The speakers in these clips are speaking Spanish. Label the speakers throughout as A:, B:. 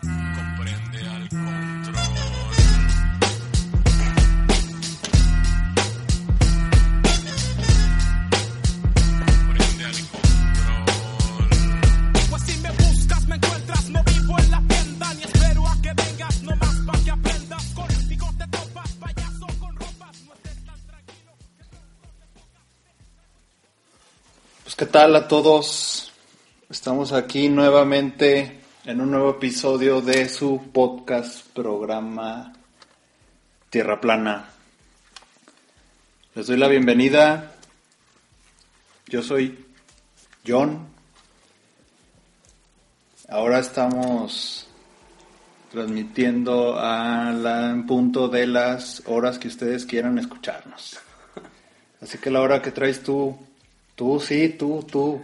A: Comprende al control. Comprende al control.
B: Pues si me buscas, me encuentras, no vivo en la tienda, ni espero a que vengas, no más para que aprendas. Conmigo te topas, payaso con ropas, no estés tan tranquilo.
C: Pues qué tal a todos. Estamos aquí nuevamente en un nuevo episodio de su podcast programa Tierra Plana. Les doy la bienvenida. Yo soy John. Ahora estamos transmitiendo a la, en punto de las horas que ustedes quieran escucharnos. Así que la hora que traes tú, tú sí, tú, tú,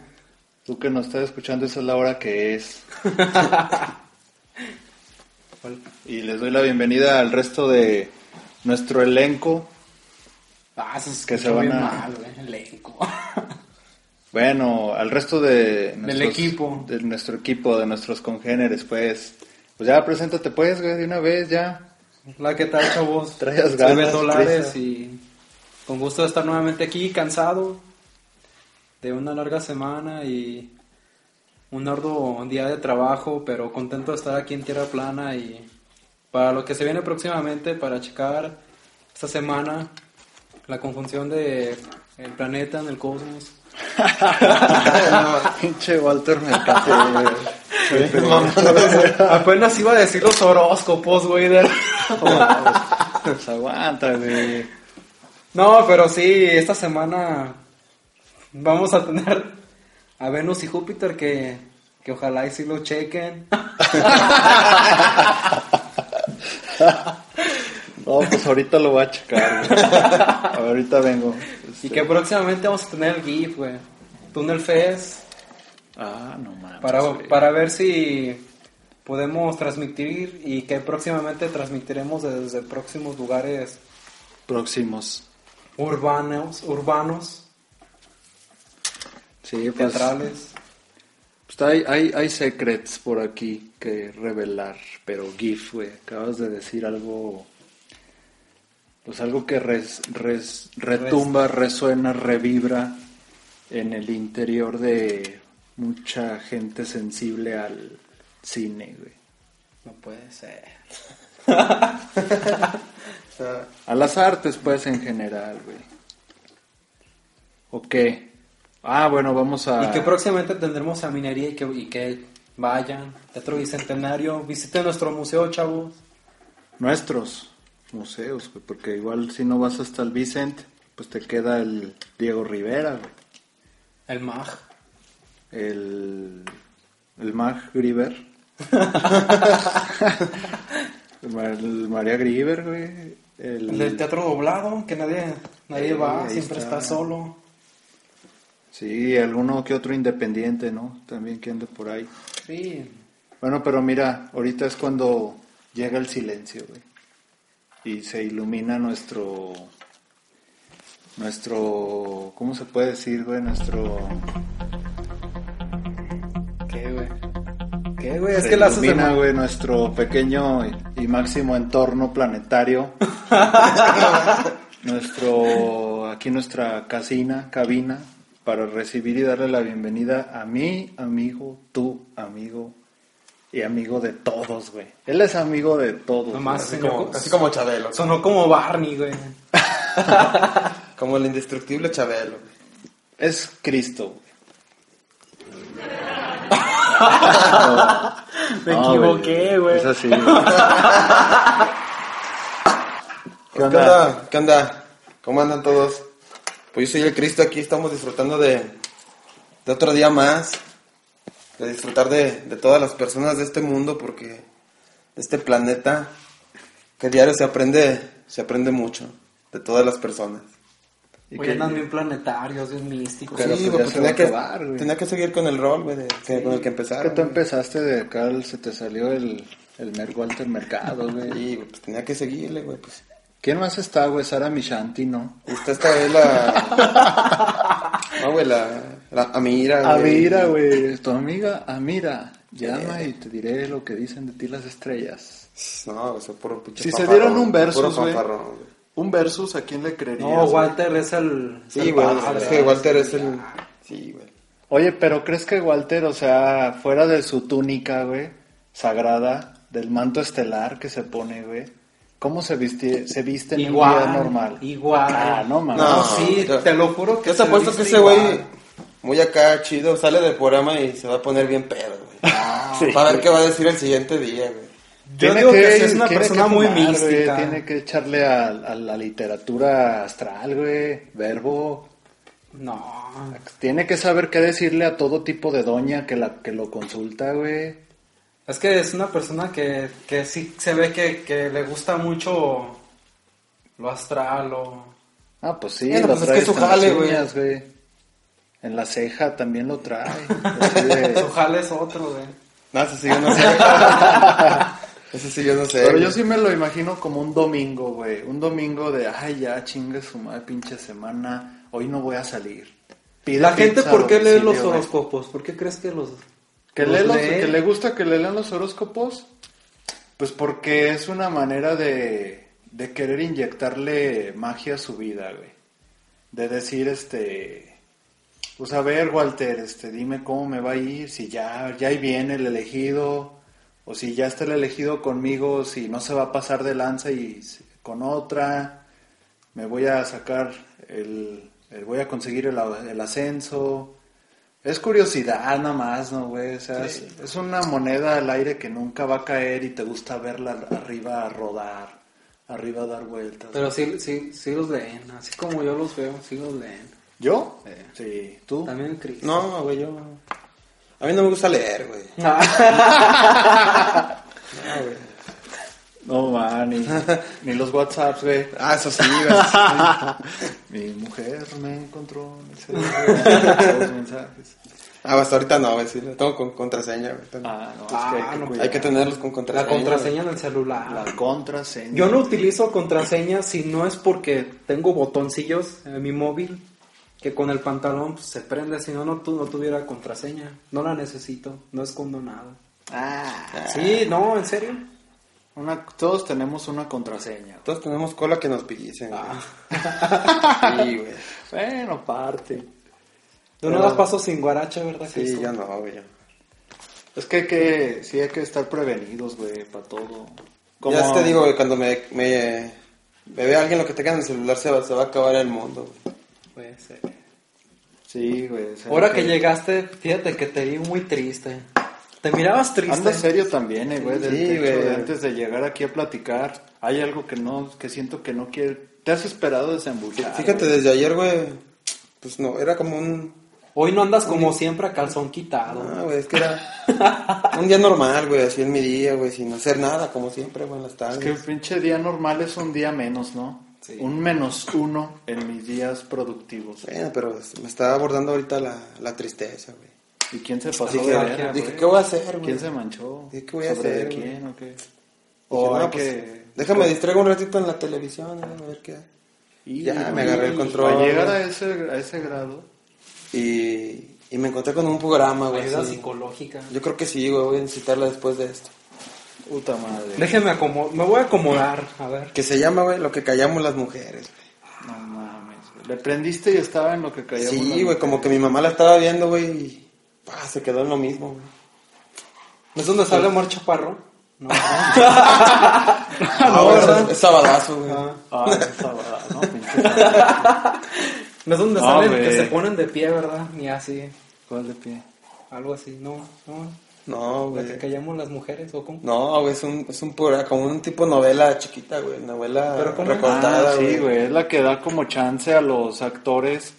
C: tú que nos estás escuchando, esa es la hora que es. y les doy la bienvenida al resto de nuestro elenco.
D: Ah, eso es
C: Que
D: que
C: se
D: se bien
C: van a-
D: mal, güey, elenco.
C: Bueno, al resto de
D: equipo.
C: de nuestro equipo, de nuestros congéneres, pues. Pues ya, preséntate pues, güey, de una vez ya.
D: Hola, ¿qué tal, chavos?
C: Traías
D: Soy
C: ganas,
D: Beto Lares
C: prisa.
D: y con gusto de estar nuevamente aquí, cansado de una larga semana y un arduo día de trabajo, pero contento de estar aquí en Tierra Plana y para lo que se viene próximamente, para checar esta semana la conjunción de el planeta en el cosmos.
C: Pinche Walter Mercado. güey. Soy
D: Apenas iba a decir los horóscopos, güey. de-
C: Pues aguanta, güey.
D: No, pero sí, esta semana vamos a tener a Venus y Júpiter que, que ojalá y sí lo chequen.
C: No, pues ahorita lo voy a checar, güey. Ahorita vengo.
D: Y que próximamente vamos a tener el GIF, güey. Tunnel Fest.
C: Ah, no mames.
D: Para,
C: güey.
D: para ver si podemos transmitir y que próximamente transmitiremos desde próximos lugares
C: Próximos.
D: urbanos, urbanos,
C: Sí, pues.
D: teatrales.
C: pues hay, hay, hay secrets por aquí que revelar. Pero GIF, güey. Acabas de decir algo. Pues algo que res- res- retumba, resuena, revibra en el interior de mucha gente sensible al cine, güey.
D: No puede ser.
C: A las artes, pues, en general, güey. ¿O qué? Ah, bueno, vamos a...
D: Y que próximamente tendremos a minería y que, y que vayan, Teatro Bicentenario, visiten nuestro museo, chavos.
C: Nuestros museos, güey, porque igual si no vas hasta el Vicent, pues te queda el Diego Rivera, güey.
D: El MAG.
C: El... El Mag Griver. el, Ma- el María Griver, güey.
D: El
C: El...
D: del teatro doblado, que nadie, nadie
C: Sí,
D: va,
C: ahí
D: siempre
C: está.
D: Eh, está. solo.
C: Sí, alguno que otro independiente, ¿no? También que anda por ahí.
D: Sí.
C: Bueno, pero mira, ahorita es cuando llega el silencio, güey. Y se ilumina nuestro. Nuestro. ¿Cómo se puede decir, güey? Nuestro.
D: ¿Qué, güey? ¿Qué, güey? Es
C: se
D: que la haces de
C: ilumina,
D: mal.
C: güey, nuestro pequeño y- y máximo entorno planetario. nuestro. Aquí nuestra casina, cabina, para recibir y darle la bienvenida a mi amigo, tu amigo y amigo de todos, güey. Él es amigo de todos.
D: Nomás
C: güey.
E: Así
D: sonó
E: como,
D: co-
E: así como Chabelo.
D: Sonó como Barney, güey.
E: Como el indestructible Chabelo.
C: Es Cristo, güey.
D: Me
C: No,
D: equivoqué, güey.
C: Es así, Ah, güey. ¿Qué
E: ¿Qué
C: onda?
E: onda? ¿Qué onda? ¿Cómo andan todos? Pues yo soy el Cristo, aquí estamos disfrutando de, de otro día más, de disfrutar de, de todas las personas de este mundo, porque de este planeta, que diario se aprende, se aprende mucho, de todas las personas.
C: Y
D: Hoy
C: que-
D: andan bien planetarios, bien místicos.
C: Pero
E: sí,
C: pues
E: güey,
C: ya
E: pues
C: se va
E: tenía,
C: a
E: que,
C: acabar, güey.
E: tenía que seguir con el rol, güey, de- que- con el que
C: que
E: empezaron.
C: tú
E: güey.
C: empezaste de acá, se te salió el, el Mer- Walter Mercado, güey.
E: Sí, güey, pues tenía que seguirle, güey, pues.
C: ¿Quién más está, güey? Sara Mishanti, ¿no?
E: Y está esta vez la... No, güey, la, la Amira, güey.
C: Amira, güey. Eh, Tu amiga, Amira. Llama
D: Eh.
C: y te diré lo que dicen de ti las estrellas.
E: No, eso puro pinche
C: Si se
E: fanfarrón,
C: dieron un versus,
E: puro
C: güey.
E: fanfarrón, güey.
C: Un versus, ¿a quién le creerías?
D: No,
C: güey?
D: Walter es el. es
E: Sí,
D: el
E: güey,
D: padre,
E: es que Walter es el... Sí, güey.
C: Oye, pero ¿crees que Walter, o sea, fuera de su túnica, güey, sagrada, del manto estelar que se pone, güey, ¿cómo se viste, se viste en un
D: Igual,
C: día normal?
D: igual.
C: Ah, no mames.
D: No, sí,
E: yo-
D: te lo juro que
E: Yo te
D: se
E: apuesto que
D: viste
E: ese güey,
D: igual.
E: muy acá, chido, sale del programa y se va a poner bien pedo, güey.
C: Sí.
E: Para ver qué va a decir el siguiente día, güey.
D: Yo
C: Tiene
D: digo que, sí es
C: tiene
D: una
C: que
D: persona muy
C: fumar, güey,
D: mística.
C: tiene que echarle a, a la literatura astral, güey, verbo.
D: No.
C: Tiene que saber qué decirle a todo tipo de doña que, la, que lo consulta, güey.
D: Es que es una persona que, que sí se ve que, que le gusta mucho lo astral o.
C: Ah, pues sí,
E: Bueno,
C: lo
E: pues es
C: trae
E: que su
C: hasta en
E: jale,
C: las
E: güey.
C: uñas, güey. En la ceja también lo trae. así de-
D: Su jale es otro, güey.
E: No, eso sí yo no sé. eso sí yo no sé.
C: Pero
E: güey.
C: yo sí me lo imagino como un domingo, güey. Un domingo de, ay, ya chingue su madre, pinche semana. Hoy no voy a salir. Pide
D: La gente,
C: pizza
D: ¿por
C: a
D: qué lee
C: domicilio,
D: los
C: güey.
D: horóscopos? ¿Por qué crees que los.
C: ¿Que,
D: los
C: lee los-
D: lee?
C: que le gusta que le lean los horóscopos? Pues porque es una manera de, de querer inyectarle magia a su vida, güey. De decir, este. Pues a ver, Walter, este, dime cómo me va a ir, si ya, ya ahí viene el elegido, o si ya está el elegido conmigo, si no se va a pasar de lanza y s- con otra, me voy a sacar el, el- voy a conseguir el, a- el ascenso. Es curiosidad nada más, ¿no, güey? O sea, es, es una moneda al aire que nunca va a caer y te gusta verla arriba rodar, arriba dar vueltas.
D: Pero sí, sí, sí los leen, así como yo los veo, sí los leen.
C: ¿Yo? Sí, tú.
D: También Chris.
E: No, güey, yo... A mí no me gusta leer, güey.
D: Ah,
C: No, man, ni, ni los WhatsApps, güey.
E: Ah, eso sí, güey. eso sí.
C: Mi mujer me encontró en el celular los mensajes.
E: Ah, hasta ahorita no, güey, sí, lo tengo con contraseña, güey. también.
C: Ah, no, es
D: Ah,
C: que hay que
D: no,
C: cuidar.
E: Hay que tenerlos con
D: la
E: contraseña.
D: contraseña en el celular.
C: la contraseña.
D: Yo no utilizo contraseña si no es porque tengo botoncillos en mi móvil que con el pantalón pues, se prende, si no, no, tu- no tuviera contraseña. No la necesito, no escondo nada.
C: Ah,
D: Sí, no, en serio.
C: una- todos tenemos una contraseña.
E: Todos tenemos cola que nos pillicen, güey. Sí, güey.
C: Bueno, parte.
D: Yo no
C: Pero-
D: las paso sin guaracha, ¿verdad?
E: Sí,
D: Cristo?
E: yo no, güey. yo.
C: Es que, hay que sí hay que estar prevenidos, güey, para todo.
E: Ya te digo, güey, cuando me, me, me ve alguien lo que tenga en el celular se va, se va a acabar el mundo, güey.
D: Puede ser.
C: Sí, güey. o sea,
D: Ahora que llegaste, fíjate que te vi muy triste. Te mirabas triste.
C: Anda serio también, eh, güey. del
E: Sí,
C: hecho
E: güey.
C: de antes de llegar aquí a platicar, hay algo que no, que siento que no quiere. Te has esperado desembuchar.
E: Fíjate,
C: Ah, güey.
E: desde ayer, güey, pues no, era como un...
D: Hoy no andas como siempre a calzón quitado.
E: Ah, güey, es que era un día normal, güey, así en mi día, güey, sin hacer nada, como siempre, güey, en las
C: Es
E: tardes.
C: que el pinche día normal es un día menos, ¿no?
D: Sí.
C: Un menos uno en mis días productivos.
E: Bueno, pero se me está abordando ahorita la, la tristeza, güey.
C: ¿Y quién se pasó
D: Dije,
C: de
D: dije,
C: verga,
E: Dije,
C: güey?
E: ¿qué voy a hacer, güey?
C: ¿Quién se manchó?
E: Dije, ¿qué voy a
C: ¿Sobre
E: hacer,
C: de
E: güey?
C: quién o qué?
E: Dije,
C: O
E: no,
C: hay
E: pues,
C: que...
E: Déjame distraigo un ratito en la televisión, a ver qué.
C: Y-
E: ya, me agarré el control,
C: Para llegar a
E: güey.
C: ese, a ese grado,
E: Y, y me encontré con un programa, güey.
D: Ayuda
E: así.
D: psicológica.
E: Yo creo que sí, güey, voy a necesitarla después de esto.
C: puta madre.
D: Déjenme acomodar. Me voy a acomodar. A ver.
E: Que se llama, güey, Lo que callamos las mujeres. güey.
C: No mames, güey. Le prendiste y estaba en lo que cayó.
E: Sí, güey, como que mi mamá la estaba viendo, güey, y pa, se quedó en lo mismo, güey.
D: ¿No es donde sale Omar Chaparro? No.
E: Ah, güey, es, es sabadazo, güey.
D: Ah.
C: Ah, esa va, no, pinche madre.
D: No es donde
C: No,
D: salen
C: Ah, güey.
D: que se ponen de pie, ¿verdad? Ni así.
C: ¿Cuál de pie?
D: Algo así. No, no.
E: No,
D: La que
E: güey.
D: callamos las mujeres, ¿o cómo?
E: No, güey, es un, es un pura- como un tipo novela chiquita, güey. Novela
D: Pero ¿cómo?
E: recortada,
C: Ah, sí,
E: güey.
C: güey. Es la que da como chance a los actores.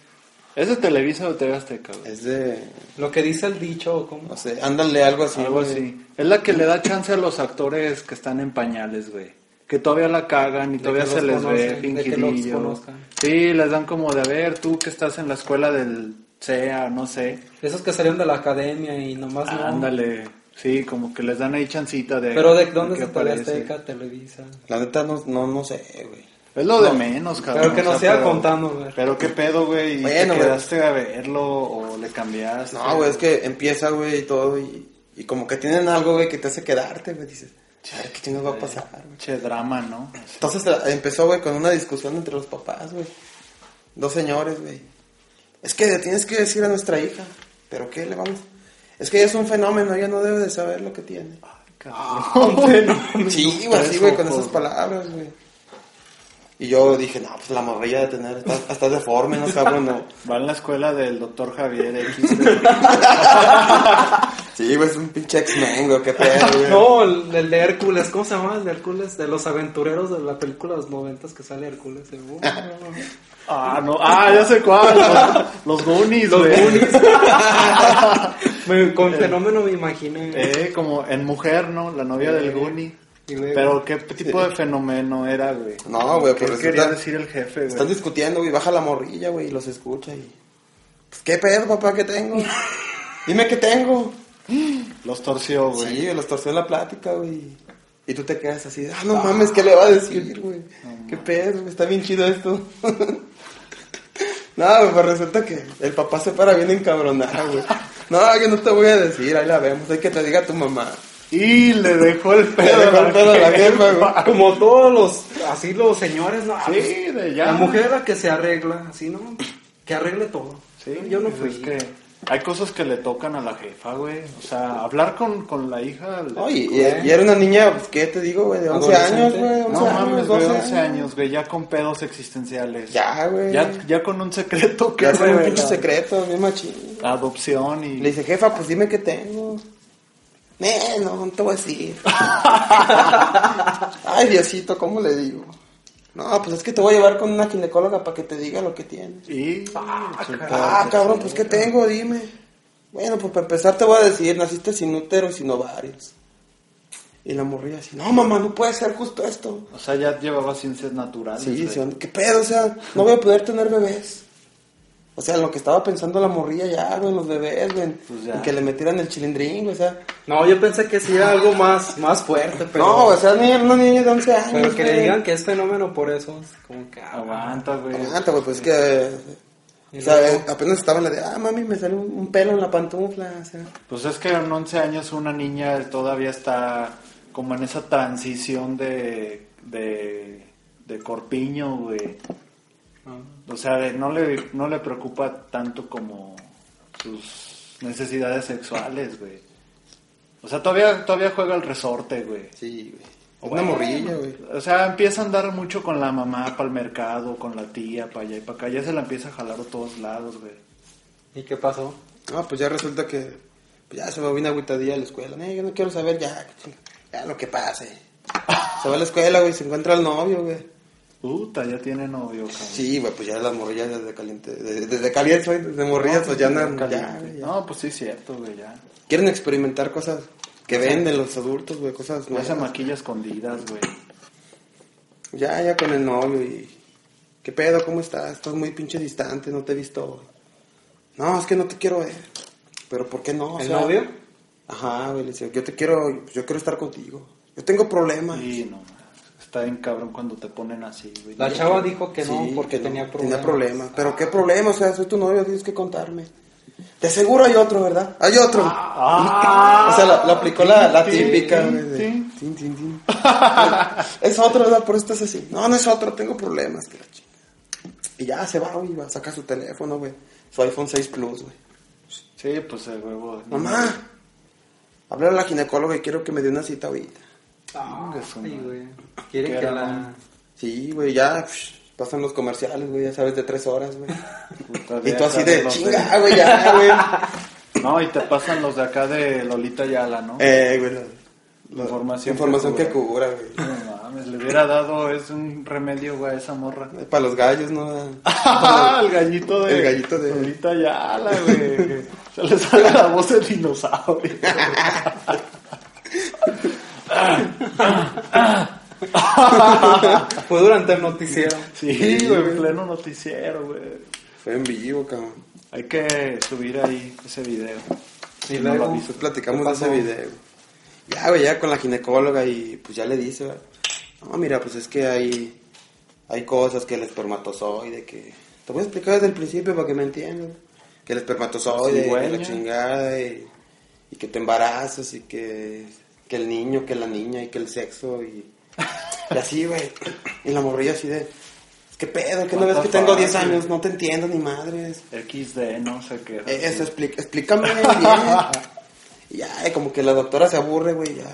C: ¿Es de Televisa o de TV Azteca, güey?
E: Es de,
D: Lo que dice el dicho, ¿o cómo?
E: no sé, ándale algo así,
C: Algo
E: güey.
C: así. Es la que le da chance a los actores que están en pañales, güey. Que todavía la cagan y todavía
D: que
C: se
D: los
C: les ve
D: conocen, de que los
C: fingidillo.
D: conozcan.
C: Sí, les dan como de, a ver, tú que estás en la escuela del CEA, no sé.
D: Esos que salieron de la academia y nomás Ah, no.
C: Ándale. Sí, como que les dan ahí chancita de...
D: Pero ¿de dónde
C: que
D: se te
C: aparece.
D: Azteca, Televisa?
E: La neta no, no, no sé, güey.
C: Es lo de menos, cabrón.
D: Pero que
C: no
D: nos siga contando, güey.
C: Pero qué pedo, güey. ¿Y
E: Bueno,
C: ¿Te
E: güey.
C: quedaste a verlo o le cambiaste?
E: No, güey, es que empieza, güey, y todo, y, y como que tienen algo, güey, que te hace quedarte, güey. Dices, a ver qué chingados va a pasar, güey.
C: Che drama, ¿no?
E: Entonces la- empezó, güey, con una discusión entre los papás, güey. Dos señores, güey. Es que le tienes que decir a nuestra hija. ¿Pero qué le vamos? Es que ella es un fenómeno, ella no debe de saber lo que tiene. Ah, Sí, güey, así, güey, con esas palabras, güey. Y yo dije, no, pues la morrilla de tener, está, está deforme, no cabrón, no.
C: Va en la escuela del doctor Javier X.
E: Sí, güey, es un pinche X-Men, güey, qué pedo, güey.
D: No, el, el de Hércules, ¿cómo se llama el de Hércules? De los aventureros de la película de los noventas que sale Hércules. eh, uh,
C: Ah, no. Ah, ya sé cuál. Los, los Goonies,
D: los
C: güey.
D: bullies. Me- con fenómeno me imaginé.
C: Eh, como en mujer, ¿no? La novia del Goonie.
D: Eh, Y luego-
C: Pero qué tipo de fenómeno era, güey.
E: No, güey,
C: ¿Qué
E: pues
C: quería
E: resulta-
C: decir el jefe,
E: Están
C: güey?
E: discutiendo, güey, baja la morrilla, güey, y los escucha y... Pues, ¿qué pedo, papá, qué tengo? Dime qué tengo.
C: Los torció, güey.
E: Sí, güey, los torció la plática, güey. Y tú te quedas así, ah, no mames, ¿qué le va a decir, güey? ¿Qué pedo? güey? Está bien chido esto. no, güey, pues resulta que el papá se para bien encabronado, güey. No, yo no te voy a decir, ahí la vemos, hay que te diga tu mamá.
C: Y le dejó el
E: Le
C: pedo.
E: dejó el pedo a la jefa, güey.
D: Como todos los, así los señores, ¿no?
C: Sí, de ya.
D: La mujer es la que se arregla, así, ¿no? Que arregle todo.
C: Sí,
D: yo no fui.
C: pues Es que hay cosas que le tocan a la jefa, güey. O sea, hablar con, con la hija. le-
E: No, y, y- y era una niña, pues, ¿qué te digo, güey? De 11 años,
D: Adolescente.
E: güey, 11
C: no mames,
E: años,
C: güey,
E: 12
C: 11 años, güey, ya con pedos existenciales.
E: Ya, güey.
C: Ya, ya con un secreto que
E: Ya tengo un
C: revela.
E: pinche secreto, bien machín.
C: Adopción y.
E: Le dice, jefa, pues dime qué tengo. "Eh, no, no te voy a decir. Ay, Diosito, ¿cómo le digo? No, pues es que te voy a llevar con una ginecóloga para que te diga lo que tienes.
C: Y.
E: Ah, cabrón, pues qué tengo, dime. Bueno, pues para empezar te voy a decir, naciste sin útero y sin ovarios. Y la morrilla así, no mamá, no puede ser justo esto.
C: O sea, ya llevaba ciencias naturales.
E: Sí,
C: güey.
E: sí, ¿qué pedo? O sea, no voy a poder tener bebés. O sea, lo que estaba pensando la morrilla ya, güey, en los bebés, güey, en-
C: Pues ya.
E: en que le metieran el chilindrín, güey, o sea.
D: No, yo pensé que sí era algo más, más fuerte, pero.
E: no, o sea, ni una niña de 11 años.
D: Pero que le
E: güey.
D: digan que es fenómeno por eso, es como que ah,
E: Ah,
D: aguanta.
C: Aguanta, güey.
E: Aguanta, güey, pues es que. O sea, eh, apenas estaba en la de, ah, mami, me sale un, un pelo en la pantufla, o sea.
C: Pues es que en 11 años una niña todavía está como en esa transición de. de. de corpiño, güey. O sea, de- no, le, no le preocupa tanto como sus necesidades sexuales, güey. O sea, todavía, todavía juega el resorte, güey.
E: Sí, güey. Una morrilla, güey.
C: O sea, empieza a andar mucho con la mamá para el mercado, con la tía, para allá y para acá. Ya se la empieza a jalar a todos lados, güey.
D: ¿Y qué pasó?
E: No, pues ya resulta que. pues ya se va bien agüitadilla a la escuela. Eh, yo no quiero saber ya, ya lo que pase. Se va a la escuela, güey, se encuentra al novio, güey.
C: Puta, ya tiene novio, cabrón.
E: Sí, güey, pues ya las morrillas desde caliente, desde, desde caliente, güey, desde morrillas, pues ya andan, ya, güey, ya.
C: No, pues sí, es cierto, güey, ya.
E: Quieren experimentar cosas que venden los adultos, güey, cosas
C: Ya se
E: nuevas.
C: maquilla a escondidas, güey.
E: Ya, ya con el novio y... ¿Qué pedo? ¿Cómo estás? Estás muy pinche distante, no te he visto hoy. No, es que no te quiero ver. ¿Pero por qué no? O
D: ¿El
E: sea,
D: novio?
E: Ajá, güey, le decía, yo te quiero, yo quiero estar contigo. Yo tengo problemas.
C: Y no, está bien cabrón cuando te ponen así, güey.
D: La chava dijo que no
E: Sí,
D: porque
E: que no,
D: tenía problemas.
E: Tenía problemas. ¿Pero qué problema? O sea, soy tu novio, tienes que contarme. De seguro hay otro, ¿verdad? Hay otro. o sea, la, la aplicó la, la típica. güey, de- tin, tin, tin. es otro, ¿verdad? Por esto es así. No, no es otro, tengo problemas. que la chingada. Y ya se va, güey, va, saca su teléfono, güey. Su iPhone 6 Plus, güey.
C: Sí, pues el huevo.
E: Mamá, hablé a la ginecóloga y quiero que me dé una cita ahorita.
C: Chingue su
D: Ay,
C: madre.
D: güey. Quiere
C: Qué
D: que la.
C: raro.
E: Sí, güey, ya psh, pasan los comerciales, güey, ya sabes, de tres horas, güey.
C: Puta,
E: Y
C: ya
E: tú así
C: sabes
E: de
C: los
E: chinga, güey, ya, güey.
C: No, y te pasan los de acá de Lolita Yala, ¿no?
E: Eh, güey. la- la-
C: Información
E: información
C: que
E: que cubra, güey.
C: No mames, le hubiera dado, es un remedio, güey, a esa morra.
E: Para los gallos, ¿no?
C: Ah, el gallito de.
E: El gallito de-
C: Lolita Yala, güey. que Se le sale la voz del dinosaurio.
D: Fue durante el noticiero.
C: Sí, güey, en pleno noticiero, güey.
E: Fue en vivo, cabrón.
C: Hay que subir ahí ese video.
D: Y
C: no
D: luego,
C: lo
E: Después platicamos de ese video. Ya, güey, ya con la ginecóloga y pues ya le dice, ¿verdad? No, mira, pues es que hay, hay cosas que el espermatozoide, que... Te voy a explicar desde el principio para que me entiendan. Que el espermatozoide,
C: Sí,
E: y que
C: güey.
E: la chingada, y, y que te embarazas, y que, que el niño, que la niña, y que el sexo, y, y así, güey. Y la morrilla así de... ¿Qué pedo? ¿Qué no
C: What
E: ves
C: the
E: que tengo
C: fuck,
E: 10
C: güey?
E: años? No te entiendo ni madres.
C: XD, no sé qué.
E: Eh, Eso, explica, explícame bien. Y ya, eh, como que la doctora se aburre, güey, ya.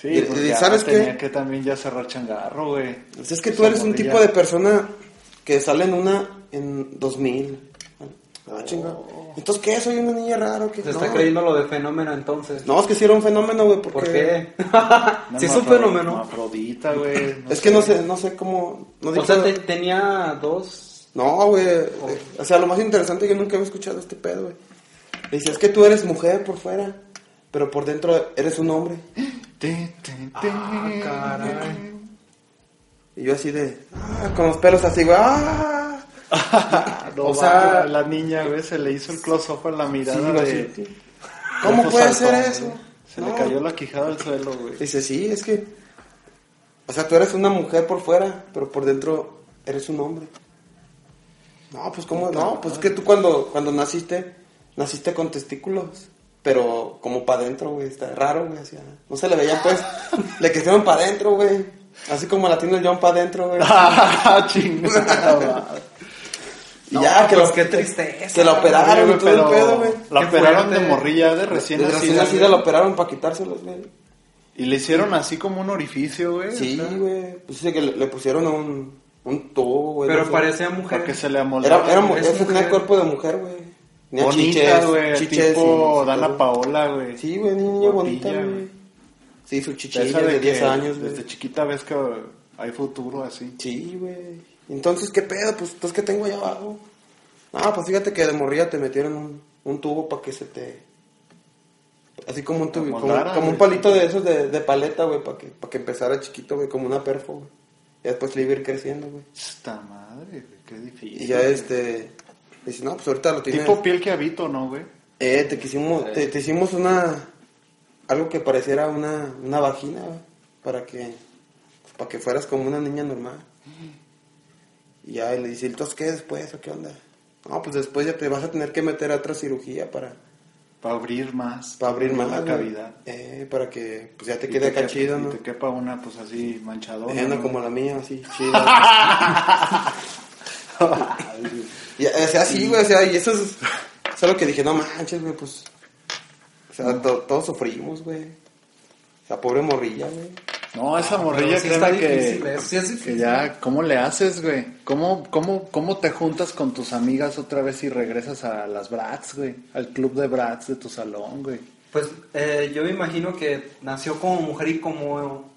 C: Sí,
E: Y-
C: pues
E: y
C: ya
E: eh, ¿sabes qué?
C: tenía que también ya cerrar changarro, güey.
E: Pues es que
C: Esa
E: tú eres un
C: morrilla.
E: tipo de persona que sale en una en 2000. Ah, chinga. Entonces, ¿qué? ¿Soy una niña rara o qué?
D: Oh. se
E: No.
D: está creyendo lo de fenómeno entonces.
E: No, es que sí era un fenómeno, güey, porque...
D: ¿Por qué?
C: Una
D: sí, es un
C: mafro-
D: fenómeno.
C: mafrodita, güey.
E: Es que no sé, no sé cómo... No,
D: O
E: dijo-
D: sea, te- Oh. tenía dos.
E: no güey. eh, O sea, lo más interesante, yo nunca había escuchado este pedo, güey. Le dice, es que tú eres mujer por fuera, pero por dentro eres un hombre.
C: Tin, tin, tin.
D: Ah, caray.
E: Y yo así de... Ah, con los pelos así, güey. Ah.
C: Ah, No,
E: O
C: o
E: sea-
C: sea, la niña, güey, se le hizo el close-up a la
E: Sí,
C: mirada
E: güey,
C: de...
E: sí. ¿Cómo
C: Ojo
E: puede
C: saltón,
E: ser
C: güey.
E: eso?
C: Se
E: No.
C: le cayó la quijada al suelo, güey.
E: Dice, sí, es que. O sea, tú eres una mujer por fuera, pero por dentro eres un hombre. No, pues cómo. No, pues es que tú cuando, cuando naciste, naciste con testículos. Pero como para adentro, güey. Está raro, güey. así, ah, no se le veían, pues. le crecieron para adentro, güey. Así como la tiene el John para adentro, güey.
C: Ah, chingada.
E: y ya, que
D: pues
E: los-
D: qué tristeza.
E: Que la operaron y todo el pedo, güey.
C: La
D: Qué
C: operaron
D: fuerte.
C: de morrilla, de recién
E: De recién
C: nacida.
E: nacida
C: güey.
E: la operaron para quitárselos, güey.
C: Y le hicieron así como un orificio, güey.
E: Sí,
C: o sea,
E: güey. Pues dice que le, le pusieron un, un tubo, güey. no
D: Pero
E: sé.
D: parecía
C: Para que
D: mujer.
C: se le amoldara.
E: Era, era mu-
D: Es
E: es un
D: mujer.
E: cuerpo de mujer, güey. Tenía
C: Bonita,
E: chiches,
C: güey.
E: chiches
C: Tipo
E: y-
C: Dana
E: todo.
C: Paola, güey.
E: Sí, güey, una niña bonita,
C: Gordilla,
E: güey. Sí, su
C: De
E: chichilla
C: esa
E: de
C: de
E: 10
C: que
E: años, güey.
C: Desde chiquita ves que hay futuro así.
E: Sí, güey. Entonces, ¿qué pedo? Pues, entonces, ¿qué tengo allá abajo? Ah, pues fíjate que de morrilla te metieron un, un tubo para que se te... Así como un tubo, como,
C: Amoldara,
E: como un
C: güey.
E: palito de esos de, de paleta, güey, para que, pa' que empezara chiquito, güey, como una perfo, güey. Y después le iba a ir creciendo, güey.
C: Esta madre, güey. Qué difícil.
E: Y ya
C: güey.
E: este... Dice, no, pues ahorita lo tiene...
C: Tipo piel que habito, ¿no, güey?
E: Eh, te quisimos, te, te hicimos una, algo que pareciera una, una vagina, güey, para que, para que fueras como una niña normal. Y ya le dice, entonces, ¿qué después o qué onda? No, pues después ya te vas a tener que meter a otra cirugía para,
C: Para abrir más.
E: para abrir más
C: la
E: güey.
C: cavidad.
E: Eh, para que, pues ya te
C: Y
E: quede acá
C: quepa-
E: chido,
C: y
E: ¿no?
C: te quepa una, pues así, manchadora.
E: Eh, no
C: ¿no?
E: como la mía, así, chida. Y, o sea, sí, güey, o sea, y eso es, o sea, lo que dije, no manches, güey, pues, o sea, to- todos sufrimos, güey. O sea, pobre morrilla, güey.
C: No, esa morrilla,
D: pero sí
C: créeme
D: está
C: que,
D: difícil, eso sí es
C: que
D: difícil.
C: ya, ¿cómo le haces, güey? ¿Cómo, cómo, ¿Cómo te juntas con tus amigas otra vez y regresas a las brats, güey? Al club de brats de tu salón, güey.
D: Pues eh, yo me imagino que nació como mujer y como,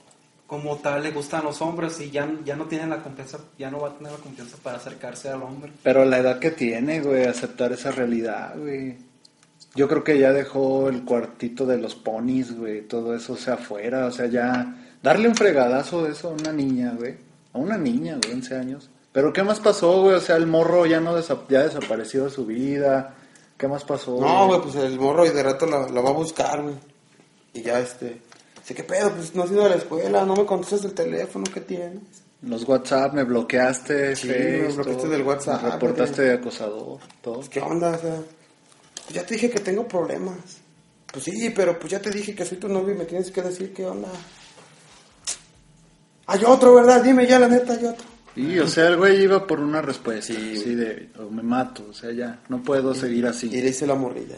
D: como tal le gustan los hombres y ya, ya no tiene la confianza, ya no va a tener la confianza para acercarse al hombre.
C: Pero la edad que tiene, güey, aceptar esa realidad, güey. Yo creo que ya dejó el cuartito de los ponis, güey, todo eso, o sea, afuera, o sea, ya... Darle un fregadazo de eso a una niña, güey. A una niña, güey, 11 años. Pero ¿qué más pasó, güey? O sea, el morro ya no desa- ya desapareció de su vida. ¿Qué más pasó?
E: No, güey, pues el morro y de rato la, la va a buscar, güey. Y ya, este, dice, ¿qué pedo? Pues no has ido a la escuela, no me contestas el teléfono, ¿qué tienes?
C: Los WhatsApp, me bloqueaste.
E: Sí, me bloqueaste
C: todo.
E: del WhatsApp,
C: Me reportaste de acosador, todo.
E: Pues, ¿qué onda? O sea, pues ya te dije que tengo problemas. Pues sí, pero pues ya te dije que soy tu novio y me tienes que decir qué onda. Hay otro, ¿verdad? Dime ya, la neta, hay otro.
C: Y, o sea, el güey iba por una respuesta. Sí, de, o me mato, o sea, ya, no puedo seguir así.
E: Y le dice la morrilla.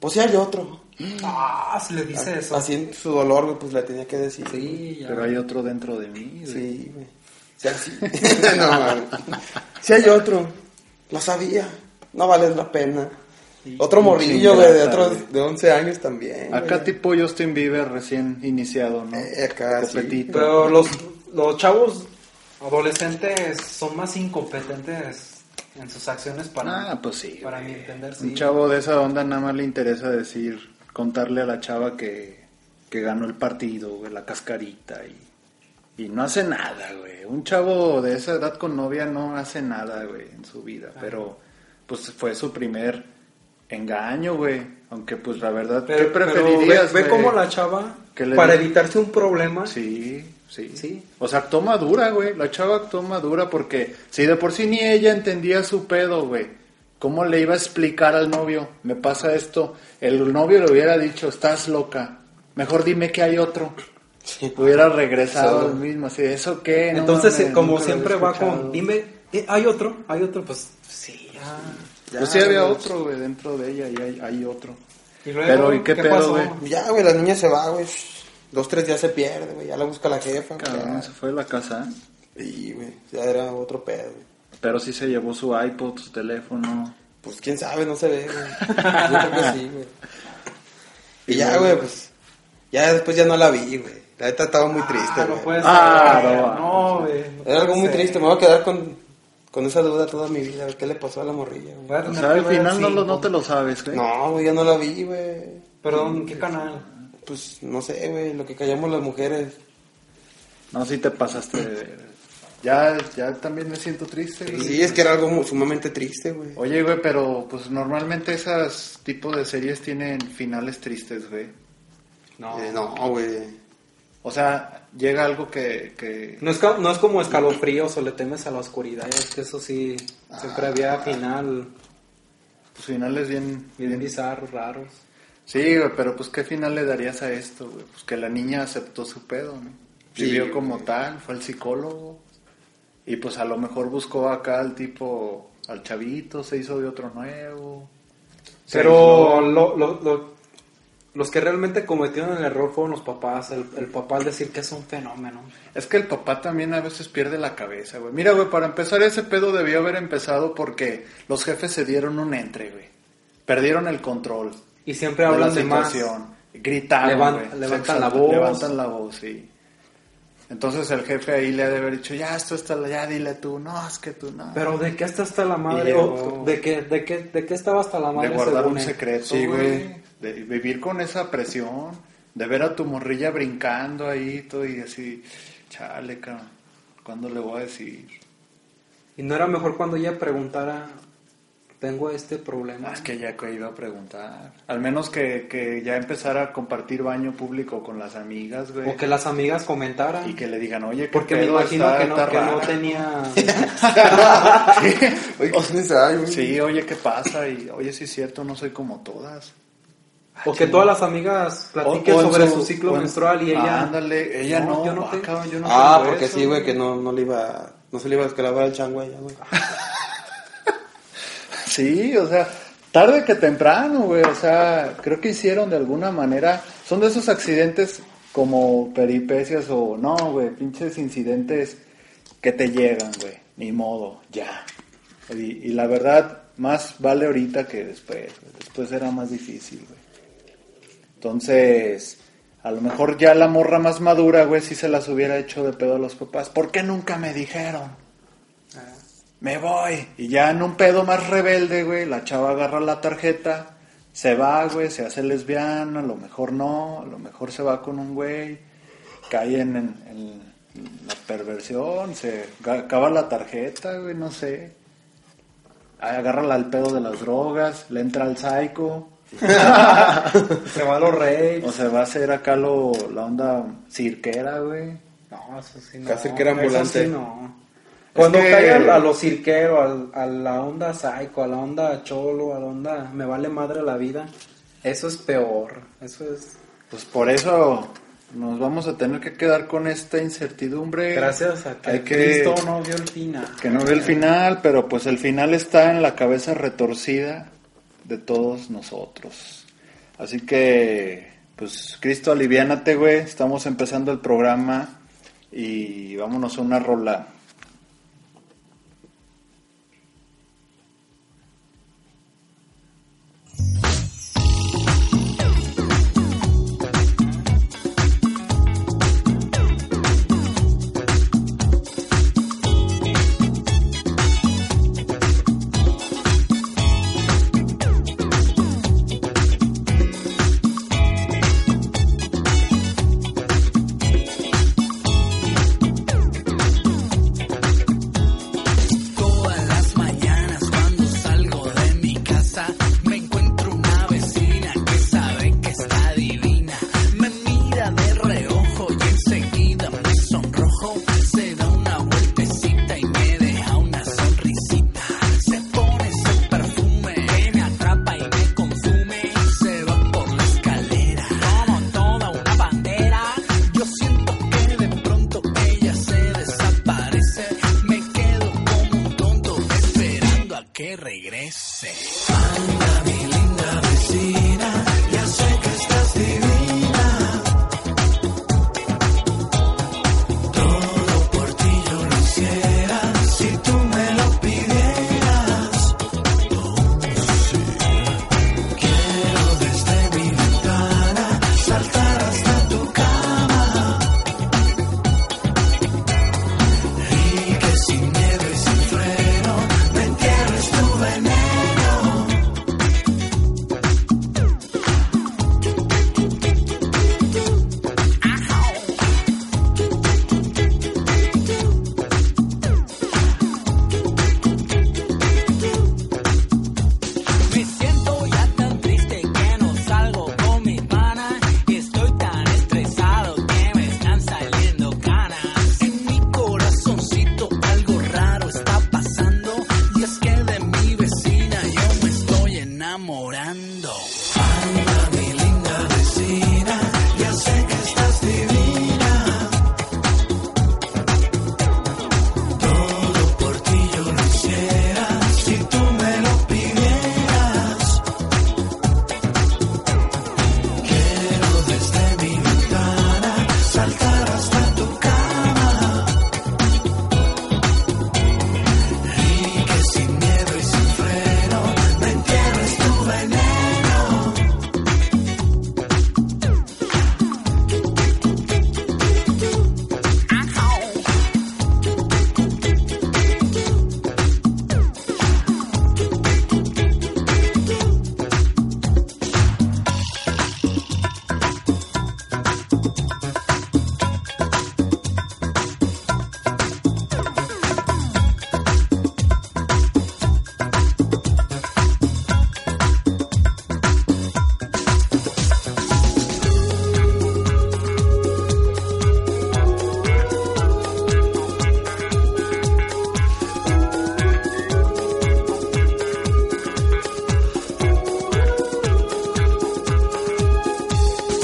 E: Pues sí hay otro.
D: Ah, se le dice eso.
E: Así en su dolor, güey, pues le tenía que decir.
D: Sí, ya.
C: Pero hay otro dentro de mí. güey.
E: Sí, güey. O sea, sí. no, güey. sí hay otro. Lo sabía. No vales la pena. Otro
C: Un
E: morrillo, güey, de
C: chingata,
E: otros
C: güey.
E: de 11 años también. güey.
C: Acá tipo Justin Bieber recién iniciado, ¿no?
E: Eh, acá sí.
C: Copetito.
D: Pero los, los chavos adolescentes son más incompetentes en sus acciones para,
C: Ah, pues sí.
D: para
C: güey.
D: mi entender.
C: Un
D: Sí.
C: chavo de esa onda nada más le interesa decir, contarle a la chava que, que ganó el partido, güey, la cascarita y, y no hace nada, güey. Un chavo de esa edad con novia no hace nada, güey, en su vida. Pero pues fue su primer engaño, güey. Aunque pues la verdad,
D: Pero,
C: ¿qué preferirías,
D: pero ve, ve
C: güey?
D: cómo la chava,
C: Que le-
D: para evitarse un problema,
C: Sí, sí.
D: Sí.
C: O sea, actuó madura, güey. La chava actuó madura porque si de por sí ni ella entendía su pedo, güey. ¿Cómo le iba a explicar al novio? Me pasa esto. El novio le hubiera dicho, estás loca. Mejor dime que hay otro. Hubiera regresado
E: Sí.
C: al mismo. Así, ¿eso qué? No
D: entonces
C: mames,
D: como
C: nunca lo
D: siempre
C: había
D: va con,
C: escuchado.
D: dime, eh, hay otro, hay otro, pues sí. ah.
C: Pues sí había otro, güey, dentro de ella y hay, hay otro.
D: Y luego,
C: Pero, ¿y qué pedo, güey?
E: Ya, güey, la niña se va, güey. Dos, tres días se pierde, güey. Ya la busca la jefa, güey.
C: Cabrón, se fue de la casa.
E: Y, güey, ya era otro pedo, güey.
C: Pero sí se llevó su iPod, su teléfono.
E: Pues quién sabe, no se ve, güey. Yo creo que sí, güey. Y ya, güey, pues. Ya después ya no la vi, güey. La neta estaba muy triste,
D: Ah,
E: güey.
D: no puede ser.
C: Ah, no.
D: no, güey. no puede
E: Era algo muy
D: ser.
E: triste, me voy a quedar con, con esa duda toda mi vida. ¿Qué le pasó a la morrilla? güey?
D: Voy a
C: O
D: tener
C: sea,
D: que
C: al
D: ver
C: final no,
D: cinco.
C: lo, no te lo sabes, güey.
E: No, güey, ya no la vi, güey.
D: Perdón, ¿qué canal?
E: Pues no sé, güey, lo que callamos las mujeres.
C: No, sí te pasaste. de ver. Ya, ya también me siento triste. güey.
E: Sí, es que era algo mu- sumamente triste, güey.
C: Oye, güey, pero pues normalmente esas tipos de series tienen finales tristes, güey.
D: No.
E: Eh, no, güey.
C: O sea, llega algo que... que...
D: No es, ca- no es como escalofríos o le temes a la oscuridad, es que eso sí, siempre había final
C: Pues, finales bien...
D: bien
C: bien-
D: bizarros, raros.
C: Sí, güey, pero pues ¿qué final le darías a esto, güey? Pues que la niña aceptó su pedo, ¿no?
E: Sí,
C: Vivió como
E: güey.
C: tal, fue al psicólogo. Y pues a lo mejor buscó acá al tipo, al chavito, se hizo de otro nuevo. se
D: Pero
C: aisló.
D: lo- lo- lo- los que realmente cometieron el error fueron los papás, el, el papá al decir que es un fenómeno.
C: Es que el papá también a veces pierde la cabeza, güey. Mira, güey, para empezar ese pedo debió haber empezado porque los jefes se dieron un entre, güey. Perdieron el control
D: Y siempre hablan de, más.
C: Gritaron,
D: Levan-
C: güey. Se
D: levantan
C: exaltan-
D: la voz.
C: Levantan la voz, sí. Entonces el jefe ahí le ha de haber dicho, ya, esto está, la- ya dile tú, no, es que tú, no.
D: Pero de qué está hasta la
C: Y
D: madre,
C: llegó-
D: O de qué, de qué, de qué estaba hasta la
C: de
D: madre.
C: guardar
D: según
C: un
D: él?
C: secreto,
D: Sí,
C: güey. De vivir con esa presión, de ver a tu morrilla brincando ahí todo y así, chale, cabrón, ¿cuándo le voy a decir?
D: Y no era mejor cuando ella preguntara, tengo este problema.
C: Ah, Es que ya que iba a preguntar. Al menos que, que ya empezara a compartir baño público con las amigas, güey.
D: O que las amigas comentaran.
C: Y que le digan, oye, ¿qué
D: Porque me
C: pedo?
D: imagino
C: Está-
D: que no,
C: está
D: que no
C: rara.
D: tenía...
E: Oye, ¿quién sabe, güey?
C: Sí, oye, ¿qué pasa? Y, oye, sí es cierto, no soy como todas.
D: o que todas las amigas platiquen
C: O- o en
D: sobre
C: su-
D: su ciclo
C: o en-
D: menstrual y ella...
C: Ah, ándale, ella no,
D: yo no
C: ah,
D: te-
C: cabrón, yo no
E: ah,
C: tengo
E: porque
C: eso,
E: sí, güey, que no, no le iba. No se le iba a escalabar el chango a ella, güey.
C: Sí, o sea, tarde que temprano, güey. O sea, creo que hicieron de alguna manera. Son de esos accidentes como peripecias o no, güey, pinches incidentes que te llegan, güey. Ni modo, ya. Y, y la verdad, más vale ahorita que después. güey. Después era más difícil, güey. Entonces, a lo mejor ya la morra más madura, güey, si se las hubiera hecho de pedo a los papás. ¿Por qué nunca me dijeron? me voy. Y ya en un pedo más rebelde, güey, la chava agarra la tarjeta, se va, güey, se hace lesbiana, a lo mejor no, a lo mejor se va con un güey, cae en, en- en la perversión, se ga- acaba la tarjeta, güey, no sé. Agarra al pedo de las drogas, le entra al psycho,
D: Se va a los reyes.
C: o se va a hacer acá lo, la onda cirquera, güey.
D: No, eso sí no.
E: Casi que era
D: Eso
E: ambulante.
D: sí no. Cuando
C: que-
D: cae al- a los cirqueros, al- a la onda psycho, a la onda cholo, a la onda me vale madre la vida, eso es peor. Eso es.
C: Pues por eso nos vamos a tener que quedar con esta incertidumbre.
D: Gracias a que,
C: Hay que-
D: Cristo no vio el final.
C: Que no ve el final, pero pues el final está en la cabeza retorcida de todos nosotros. Así que, pues, Cristo, aliviánate, güey. Estamos empezando el programa y vámonos a una rola.
A: que regrese.
F: Me siento ya tan triste que no salgo con mi pana y estoy tan estresado que me están saliendo canas. En mi corazoncito algo raro está pasando y es que de mi vecina yo me estoy enamorando. Anda mi linda vecina, ya sé que estás divina. Todo por ti yo lo hiciera si tú me lo pidieras. Quiero desde mi ventana saltar hasta tu cama y que sin miedo y sin freno me entierres tu veneno.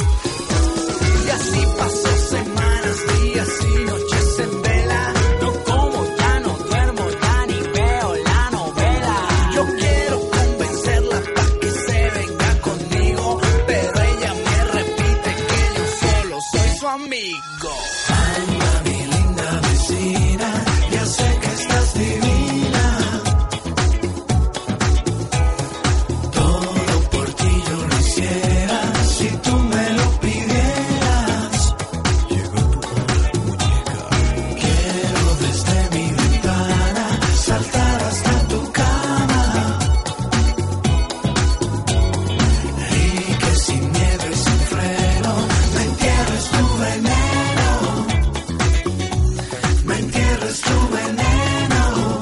F: Y así pasó semanas, días y noches en vela. No como, ya no duermo, ya ni veo la novela. Yo quiero convencerla para que se venga conmigo, pero ella me repite que yo solo soy su amigo. Anda, mi linda vecina, ya sé que estás divina. Todo por ti yo lo hiciera si tú me lo pidieras. Quiero desde mi ventana saltar hasta tu cama y que sin miedo y sin freno me entierres tu veneno, me entierres tu veneno,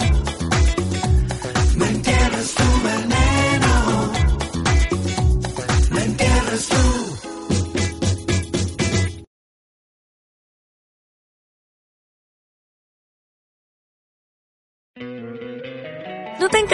F: me entierres tu veneno, me entierres tu
G: ¿No te